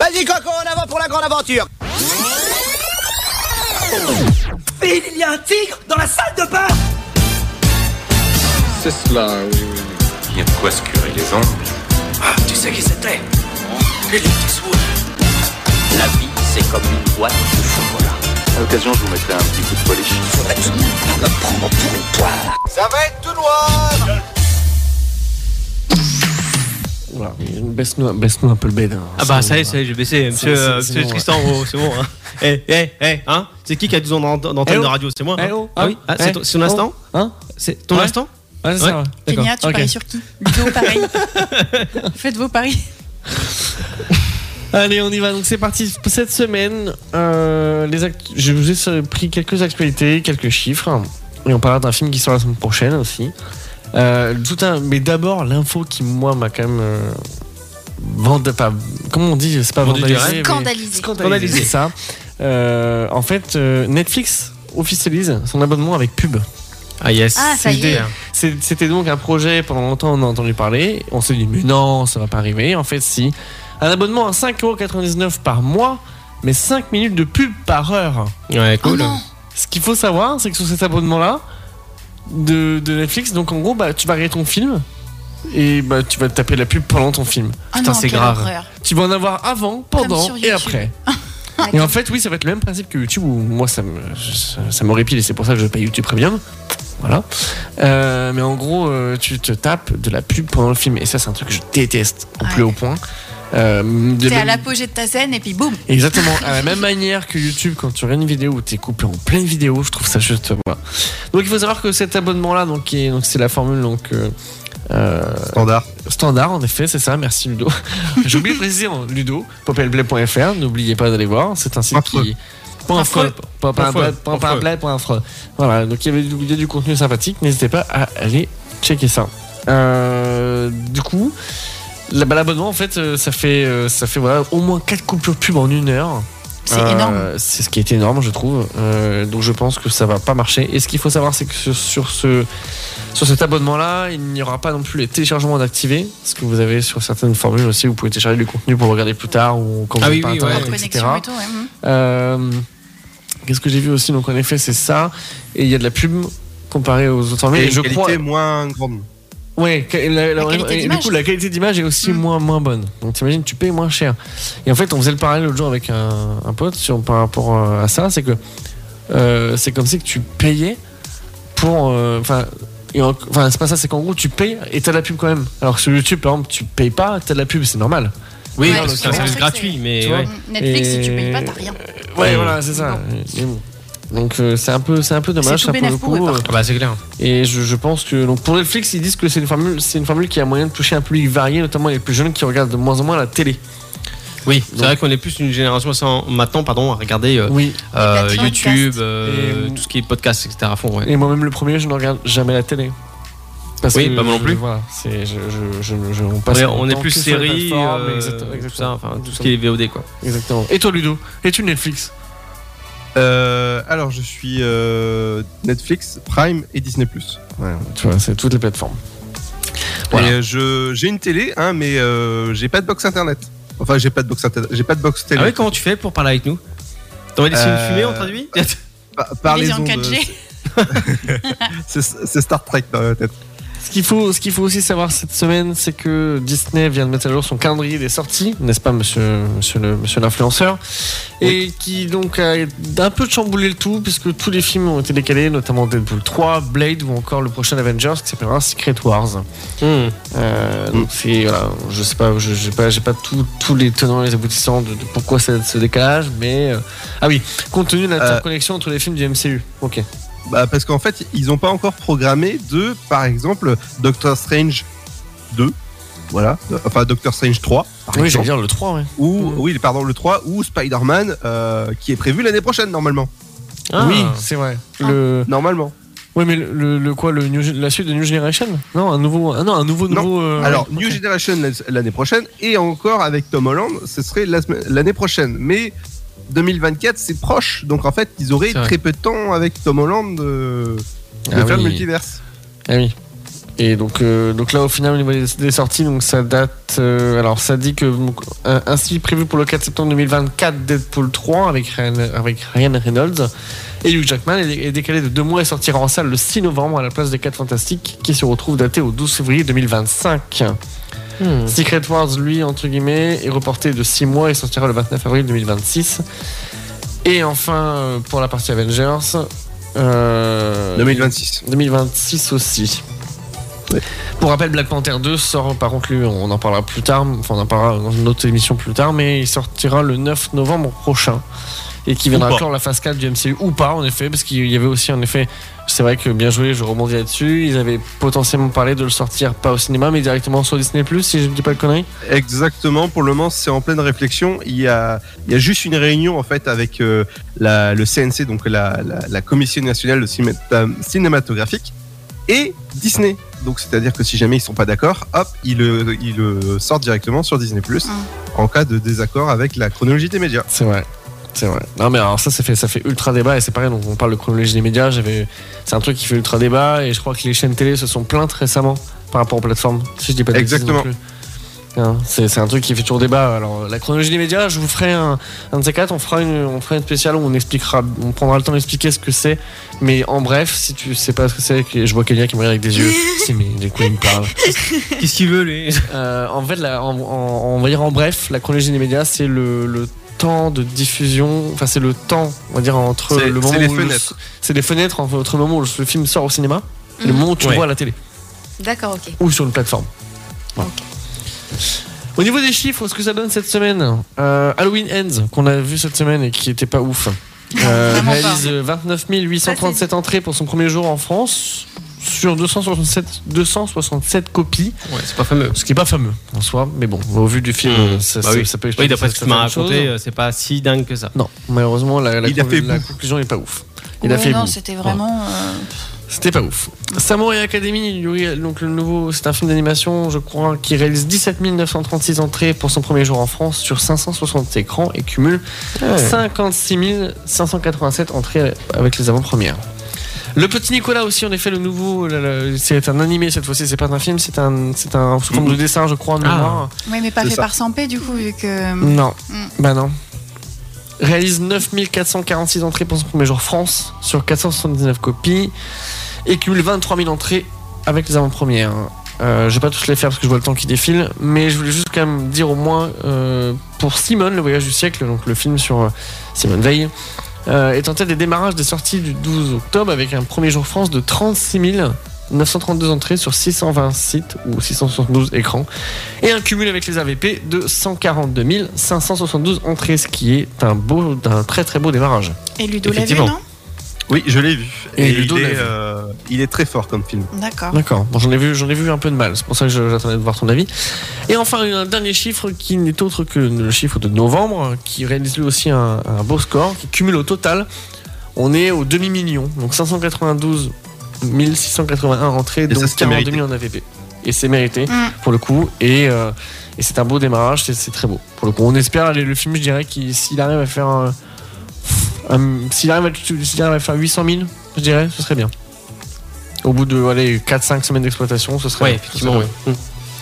Vas-y Coco, en avant pour la grande aventure Phil, il y a un tigre dans la salle de bain C'est cela, oui, oui. Il y a de quoi se curer les ongles. Ah, tu sais qui c'était Il était sourd. La vie, c'est comme une boîte de chocolat. À l'occasion, je vous mettrai un petit coup de polish. Faudrait tout de même pas me prendre pour une poire. Ça va être tout noir Voilà. Baisse-nous baisse un peu le bed. hein. Ah bah ça y est, Sinon, ça y est, j'ai baissé, monsieur, c'est- euh, c'est monsieur bon, Tristan, oh, c'est bon. Hein. Eh, eh, eh, hein C'est qui qui a 12 ans d'ant- d'antenne Eh oh. de radio C'est moi. Eh hein oh, ah oui, ah, c'est eh, ton, c'est ton oh. instant Hein C'est ton Ouais. instant Ouais, c'est Ouais. ça. d'accord. Kenya, tu Ok. paries sur qui Ludo, pareil. Faites vos paris. Allez, on y va. Donc c'est parti pour cette semaine. euh, les actu- je vous ai pris quelques actualités, quelques chiffres, et on parlera d'un film qui sort la semaine prochaine aussi. Euh, tout un, mais d'abord l'info qui moi m'a quand même euh, vanda- pas- comment on dit, c'est pas Vendu du vandalisé, rêve. mais- Scandalisé. scandalisé, c'est ça. Euh, en fait, euh, Netflix officialise son abonnement avec pub. Ah yes. Ah, ça y est. C'est- C'était donc un projet, pendant longtemps on a entendu parler, on s'est dit mais non, ça va pas arriver, en fait si. Un abonnement à 5,99€ par mois, mais 5 minutes de pub par heure. Ouais, Oh cool. non Ce qu'il faut savoir, c'est que sur cet abonnement-là, de, de Netflix, donc en gros, bah, tu vas regarder ton film, et bah, tu vas te taper de la pub pendant ton film. Ah Putain, non, c'est quelle grave. horreur. Tu vas en avoir avant, Comme pendant sur et YouTube. après. Et en fait, oui, ça va être le même principe que YouTube, où moi, ça me, ça, ça m'horripile et c'est pour ça que je paye YouTube Premium. Voilà. Euh, mais en gros, euh, tu te tapes de la pub pendant le film. Et ça, c'est un truc que je déteste au plus Ouais. haut point. Euh, de T'es à même- l'apogée de ta scène et puis boum Exactement, à la même manière que YouTube, quand tu regardes une vidéo où t'es coupé en pleine vidéo, je trouve ça juste. euh, voilà. Donc il faut savoir que cet abonnement-là, donc, qui est- donc, c'est la formule donc, euh, euh, Standard. Standard, en effet, c'est ça. Merci Ludo. J'ai oublié de préciser, hein, Ludo, popelblé.fr, n'oubliez pas d'aller voir. C'est un site Affreux. qui. Point affreux, point- point Affreux. blé, point- point blé, point affreux. Voilà, donc il y avait du, il y a du contenu sympathique, n'hésitez pas à aller checker ça. Euh, du coup, la- bah, l'abonnement, en fait, euh, ça fait, euh, ça fait voilà, au moins 4 coupures pub en une heure. C'est Euh, énorme. C'est ce qui est énorme, je trouve. Euh, donc je pense que ça va pas marcher. Et ce qu'il faut savoir, c'est que sur, sur ce sur cet abonnement-là, il n'y aura pas non plus les téléchargements d'activer, ce que vous avez sur certaines formules aussi. Vous pouvez télécharger du contenu pour le regarder plus tard ou quand Ah vous oui, n'avez pas oui, internet, Hors ouais, etc. connexion et tout, ouais. mhm. Euh, Qu'est-ce que j'ai vu aussi Donc en effet, c'est ça. Et il y a de la pub comparée aux autres formules. Et Et, une je qualité crois, moins grande. ouais, que- la- la- La qualité et du d'image. coup, la qualité d'image est aussi Mm. moins moins bonne. Donc t'imagines, tu payes moins cher. Et en fait, on faisait le parallèle l'autre jour avec un, un pote sur, par rapport euh, à ça, c'est que euh, c'est comme si que tu payais pour, euh, enfin. et en- Enfin, c'est pas ça, c'est qu'en gros, tu payes et t'as de la pub quand même. Alors que sur YouTube, par exemple, tu payes pas, t'as de la pub, c'est normal. Oui, Ouais, parce que tu c'est un vois, service le truc, gratuit, c'est- mais tu ouais. Mhm. Netflix, si tu Et- payes pas, t'as rien. Ouais, Ouais. voilà, c'est ça. Mais bon. Donc euh, c'est un peu, c'est un peu dommage tout ça pour le bénef pour coup. eux, par euh, Ah bah c'est clair. Et je, je pense que donc pour Netflix, ils disent que c'est une formule, c'est une formule qui a moyen de toucher un public varié, notamment les plus jeunes qui regardent de moins en moins la télé. Oui, Donc- c'est vrai qu'on est plus une génération sans- maintenant pardon, à regarder euh, Oui. euh, plateformes YouTube, cast. euh, Et- tout ce qui est podcast, etc. à fond, ouais. Et moi-même le premier, je ne regarde jamais la télé. Parce Oui, pas moi non je- plus. Voilà, c'est je, je, je- je- on passe. Ouais, mon on est temps plus que sur les série, plateformes, euh, exactement, tout ça, enfin tout ce exactement. qui est VOD quoi. Exactement. Et toi Ludo, es-tu Netflix Euh, alors, je suis euh, Netflix, Prime et Disney+. Voilà. Tu vois, c'est toutes les plateformes. Voilà. Et euh, je j'ai une télé, hein, mais euh, j'ai pas de box internet. Enfin, j'ai pas de box internet, j'ai pas de box télé. Ah ouais, comment tu fais pour parler avec nous T'envoies des signes Euh, fumés, on traduit Pa- par Il les est en ondes, euh, 4G. C'est c'est Star Trek dans la tête. Ce qu'il faut, ce qu'il faut aussi savoir cette semaine, c'est que Disney vient de mettre à jour son calendrier des sorties, n'est-ce pas, monsieur, monsieur, le, monsieur l'influenceur, et qui donc a un peu chamboulé le tout, puisque tous les films ont été décalés, notamment Deadpool 3, Blade ou encore le prochain Avengers qui s'appellera Secret Wars. Euh, donc c'est, voilà, je sais pas, je, j'ai pas, j'ai pas tout- tous les tenants et les aboutissants de, de pourquoi ce, ce décalage, mais euh, ah oui, compte tenu de l'interconnexion entre les films du MCU. Ok. Bah, parce qu'en fait, ils n'ont pas encore programmé de, par exemple, Doctor Strange 2. Voilà. Enfin, Doctor Strange 3. par Oui, j'allais exemple. dire le 3, ouais. Ou, Mm. oui, pardon, le 3. Ou Spider-Man, euh, qui est prévu l'année prochaine, normalement. Ah. Oui, c'est vrai. Ah. Le Normalement. Oui, mais le, le- le quoi, le new, la suite de New Generation Non, un nouveau, ah non, un nouveau, Non. nouveau. euh, Alors, ok. New Generation l'an- l'année prochaine. Et encore avec Tom Holland, ce serait la semaine- l'année prochaine. Mais 2024, c'est proche. Donc, en fait, ils auraient C'est vrai. très peu euh, de temps avec Tom Holland de, de Ah faire oui. le multiverse. Ah oui. Et donc, euh, donc là, au final, au niveau des, des sorties, donc ça date. euh, alors, ça dit que donc, un- ainsi prévu pour le 4 septembre 2024, Deadpool 3 avec Ryan, avec Ryan Reynolds et Hugh Jackman est, est décalé de deux mois et sortira en salle le 6 novembre à la place des 4 Fantastiques qui se retrouve daté au 12 février 2025. Secret Wars, lui, entre guillemets, est reporté de 6 mois et sortira le 29 avril 2026. Et enfin, euh, pour la partie Avengers. euh, 2026. 2026 aussi. Ouais. Pour rappel, Black Panther 2 sort par contre, lui, on en parlera plus tard, enfin on en parlera dans une autre émission plus tard, mais il sortira le 9 novembre prochain et qui viendra pas. clore la phase 4 du MCU ou pas en effet, parce qu'il y avait aussi en effet, c'est vrai que bien joué, je rebondis là-dessus, ils avaient potentiellement parlé de le sortir pas au cinéma mais directement sur Disney ⁇ si je ne dis pas de conneries. Exactement. Pour le moment, c'est en pleine réflexion. Il y a, il y a juste une réunion en fait avec euh, la, le CNC, donc la, la, la Commission nationale de Cinéma- cinématographique, et Disney. Donc, c'est-à-dire que si jamais ils sont pas d'accord, hop, ils le, ils le sortent directement sur Disney Plus Ah. en cas de désaccord avec la chronologie des médias. C'est vrai. C'est vrai. Non mais alors ça, ça fait, ça fait ultra débat et c'est pareil, donc on parle de chronologie des médias, j'avais... c'est un truc qui fait ultra débat et je crois que les chaînes télé se sont plaintes récemment par rapport aux plateformes, si je dis pas de bêtises non Exactement. plus. Hein, C'est c'est un truc qui fait toujours débat. Alors la chronologie des médias, je vous ferai un, un de ces quatre, on fera une, on fera une spéciale où on expliquera, on prendra le temps d'expliquer ce que c'est. Mais en bref, si tu sais pas ce que c'est, que je vois quelqu'un qui me regarde avec des yeux, si mais du coup il me parle. Qu'est-ce qu'il veut, lui Euh, en fait, la- en, en- on va dire en bref, la chronologie des médias, c'est le, le temps de diffusion, enfin c'est le temps, on va dire entre C'est- le moment c'est les où le- fenêtres. c'est les fenêtres entre- entre le moment où le film sort au cinéma, et le Mhm. moment où tu le Ouais. vois à la télé D'accord, ok. ou sur une plateforme. Voilà. Ok. Au niveau des chiffres, ce que ça donne cette semaine, euh, Halloween Ends qu'on a vu cette semaine et qui était pas ouf, euh, vraiment pas. Ah, réalise 29 837 entrées pour son premier jour en France sur 267, 267 copies. Ouais, c'est pas fameux. Ce qui est pas fameux en soi, mais bon, au vu du film, Mmh. ça, Bah ça- oui. ça peut Oui, expliquer d'après ce que tu m'as certaines raconté, choses. euh, c'est pas si dingue que ça. Non, malheureusement, la, la, Il a con- fait la boum. conclusion est pas ouf. Il a Ouais, fait non, boum. c'était vraiment. euh, C'était pas ouf. Samurai Academy, lui, donc le nouveau, c'est un film d'animation, je crois, qui réalise 17 936 entrées pour son premier jour en France sur 560 écrans et cumule 56 587 entrées avec les avant-premières. Le petit Nicolas aussi, en effet, le nouveau, le- le- c'est un animé cette fois-ci, c'est pas un film, c'est un, c'est un sous forme de dessin, je crois, de Ah. mémoire. Oui, mais pas C'est fait ça. par Sampé du coup, vu que. Non. Mm. Bah non. Réalise 9446 entrées pour son premier jour France sur 479 copies et cumule 23 000 entrées avec les avant-premières. Euh, je vais pas tous les faire parce que je vois le temps qui défile, mais je voulais juste quand même dire au moins euh, pour Simone, le voyage du siècle, donc le film sur euh, Simone Veil, euh, est en tête des démarrages des sorties du 12 octobre avec un premier jour France de 36 932 entrées sur 620 sites ou 672 écrans et un cumul avec les AVP de 142 572 entrées, ce qui est un beau, un très très beau démarrage. Et Ludo l'a vu, Effectivement. non Oui, je l'ai vu. Et Ludo il, l'a est, vu. euh, il est très fort comme film. D'accord. D'accord. Bon, j'en ai vu, j'en ai vu un peu de mal. C'est pour ça que je- j'attendais de voir ton avis. Et enfin, un dernier chiffre qui n'est autre que le chiffre de novembre, qui réalise lui aussi un, un beau score, qui cumule au total. On est au demi million, donc 592 681 entrées, ça, donc c'était 42 mérité. 000 en AVP. Et c'est mérité. Mm. pour le coup. Et, euh, et c'est un beau démarrage, c'est- c'est très beau. Pour le coup, on espère aller le film, je dirais, qu'il- s'il arrive à faire un- un- s'il arrive, à- s'il arrive à faire 800 000, je dirais, ce serait bien. Au bout de allez, 4-5 semaines d'exploitation, ce serait Ouais, bien. effectivement, Hum. ouais. Ah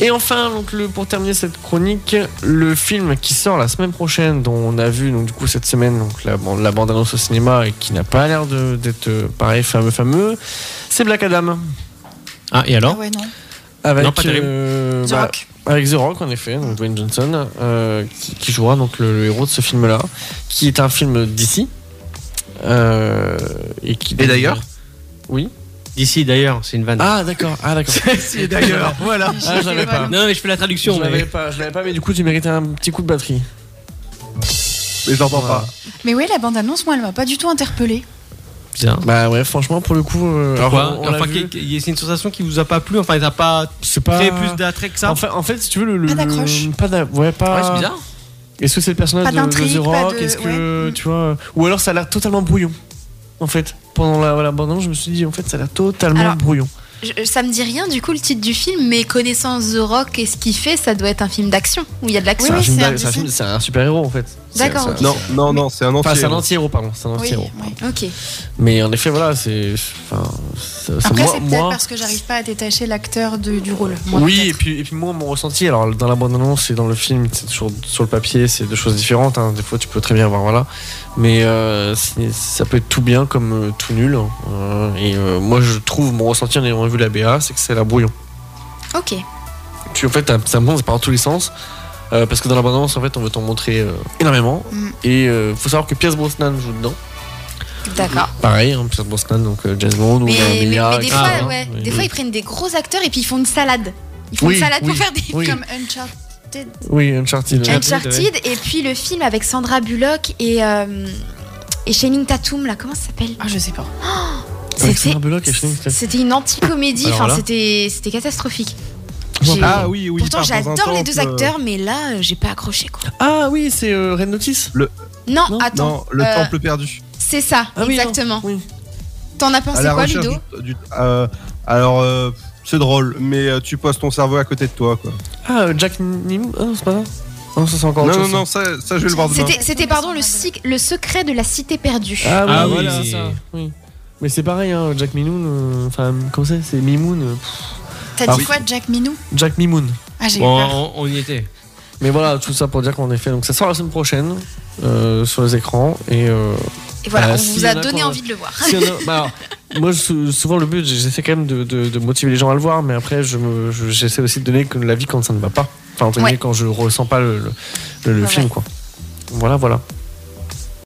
Et enfin, donc le, pour terminer cette chronique, le film qui sort la semaine prochaine, dont on a vu donc, du coup cette semaine donc, la, ban- la bande-annonce au cinéma et qui n'a pas l'air de- d'être euh, pareil fameux fameux, c'est Black Adam. Ah, et Ah alors ouais, non. Avec, Non, pas terrible. euh, The bah, Rock. Avec The Rock, en effet, donc Dwayne Johnson, euh, qui, qui jouera donc le, le héros de ce film-là, qui est un film d'ici. euh, et qui- Et d'ailleurs Oui. D'ici, d'ailleurs, c'est une vanne. Ah, d'accord. Ah, d'accord. D'ici, d'ailleurs, voilà. Ah, je l'avais pas. Non, mais je fais la Je traduction. l'avais pas, je l'avais pas, mais du coup, tu méritais un petit coup de batterie. Mais je l'entends Voilà. pas. Mais ouais, la bande-annonce, moi, elle m'a pas du tout interpellée. Bien. Bah ouais, franchement, pour le coup, euh, alors, Pourquoi on- on l'a Enfin, vu. qu'il- qu'il y a- c'est une sensation qui vous a pas plu. Enfin, elle t'a pas c'est pas. créé plus d'attrait que ça. en fait, en fait, si tu veux, le. le- Pas d'accroche. le- Pas d'a- Ouais, pas. ouais, c'est bizarre. Est-ce que c'est le personnage Pas de, de d'intrigue, The pas Rock de- Est-ce que euh, ouais. tu vois Ou alors ça a l'air totalement brouillon. En fait, pendant la, la bande je me suis dit en fait ça a l'air totalement Alors- brouillon. je- euh, ça me dit rien du coup le titre du film, mais connaissant The Rock et ce qu'il fait, ça doit être un film d'action où il y a de Oui, C'est l'action. un oui, film c'est un d'a- c'est un, dessin. film- c'est un super-héros en fait. C'est- D'accord, c'est un- ok. Non, non, non, c'est un Enfin, entier. c'est un anti-héros, pardon. Oh, C'est un Oui, anti-héros. oui. Ok. Mais en effet, voilà, c'est. Enfin, ça- ça- Après, moi- c'est moi- peut-être parce que j'arrive pas à détacher l'acteur de- du rôle. Moi, oui, et peut-être. puis, et puis moi, mon ressenti, alors dans la bande-annonce et dans le film, c'est sur, sur le papier, c'est deux choses différentes. hein. Des fois, tu peux très bien voir, voilà. Mais euh, c'est- ça peut être tout bien comme euh, tout nul. Euh, et euh, moi, je trouve mon ressenti en ayant vu la BA, c'est que c'est la brouillon. Ok. Tu, en fait, t'as- ça monte par tous les sens. euh, parce que dans la bande-annonce, en fait, on veut t'en montrer euh, énormément. Mm. Et euh, faut savoir que Pierce Brosnan joue dedans. D'accord. Pareil, hein, Pierce Brosnan, donc euh, James Bond ou Mais, euh, mais- Mia, mais des, etc., fois, hein. ouais, Oui. des fois, ils prennent des gros acteurs et puis ils font une salade. Ils font Oui, une salade oui, pour faire des oui. Comme Uncharted. Oui, Uncharted. Uncharted, Uncharted et puis le film avec Sandra Bullock et euh, et Channing Tatum là, comment ça s'appelle Ah, je sais pas. Avec C'était Sandra Bullock et Channing Tatum. c'était une anti-comédie, Alors enfin là. c'était c'était catastrophique. J'en J'ai- parle. Ah oui, oui. Pourtant par dans un j'adore les temple, deux euh, acteurs, mais là euh, j'ai pas accroché quoi. Ah oui, c'est euh, Red Notice. Non, Non, attends, Non, le euh, temple perdu. c'est ça, Ah oui, non. exactement. Oui. T'en as pensé Ah, quoi Ludo du- du- euh, alors, euh, c'est drôle, mais euh, tu poses ton cerveau à côté de toi, quoi. Ah, euh, Jack Nim. Ah non, c'est pas ça. Non, ça c'est encore Non, autre non, chose. non, ça, ça, je vais le voir demain. C'était c'était, pardon le, sic- le secret de la cité perdue. ça. Ah oui, Ah oui. voilà ça. Oui. Mais c'est pareil, hein, Jack Mimoun. euh, Enfin, comment c'est C'est Mimoun. euh, pff, T'as Ah dit oui. quoi, Jack Minou Jack Mimoun. Ah, j'ai eu Bon, peur. on, on y était. Mais voilà, tout ça pour dire qu'en effet, donc ça sort la semaine prochaine euh, sur les écrans. Et euh, Et voilà, Ah, on si, vous y a en a donné qu'on- envie de le voir. si on a- bah, alors, moi, je sou- souvent le but, j'essaie quand même de, de- de motiver les gens à le voir, mais après, je me- je- j'essaie aussi de donner que l'avis quand ça ne va pas. Enfin, entre Ouais. guillemets, quand je ressens pas le, le- le- le Ouais, film, ouais. quoi. Voilà, voilà.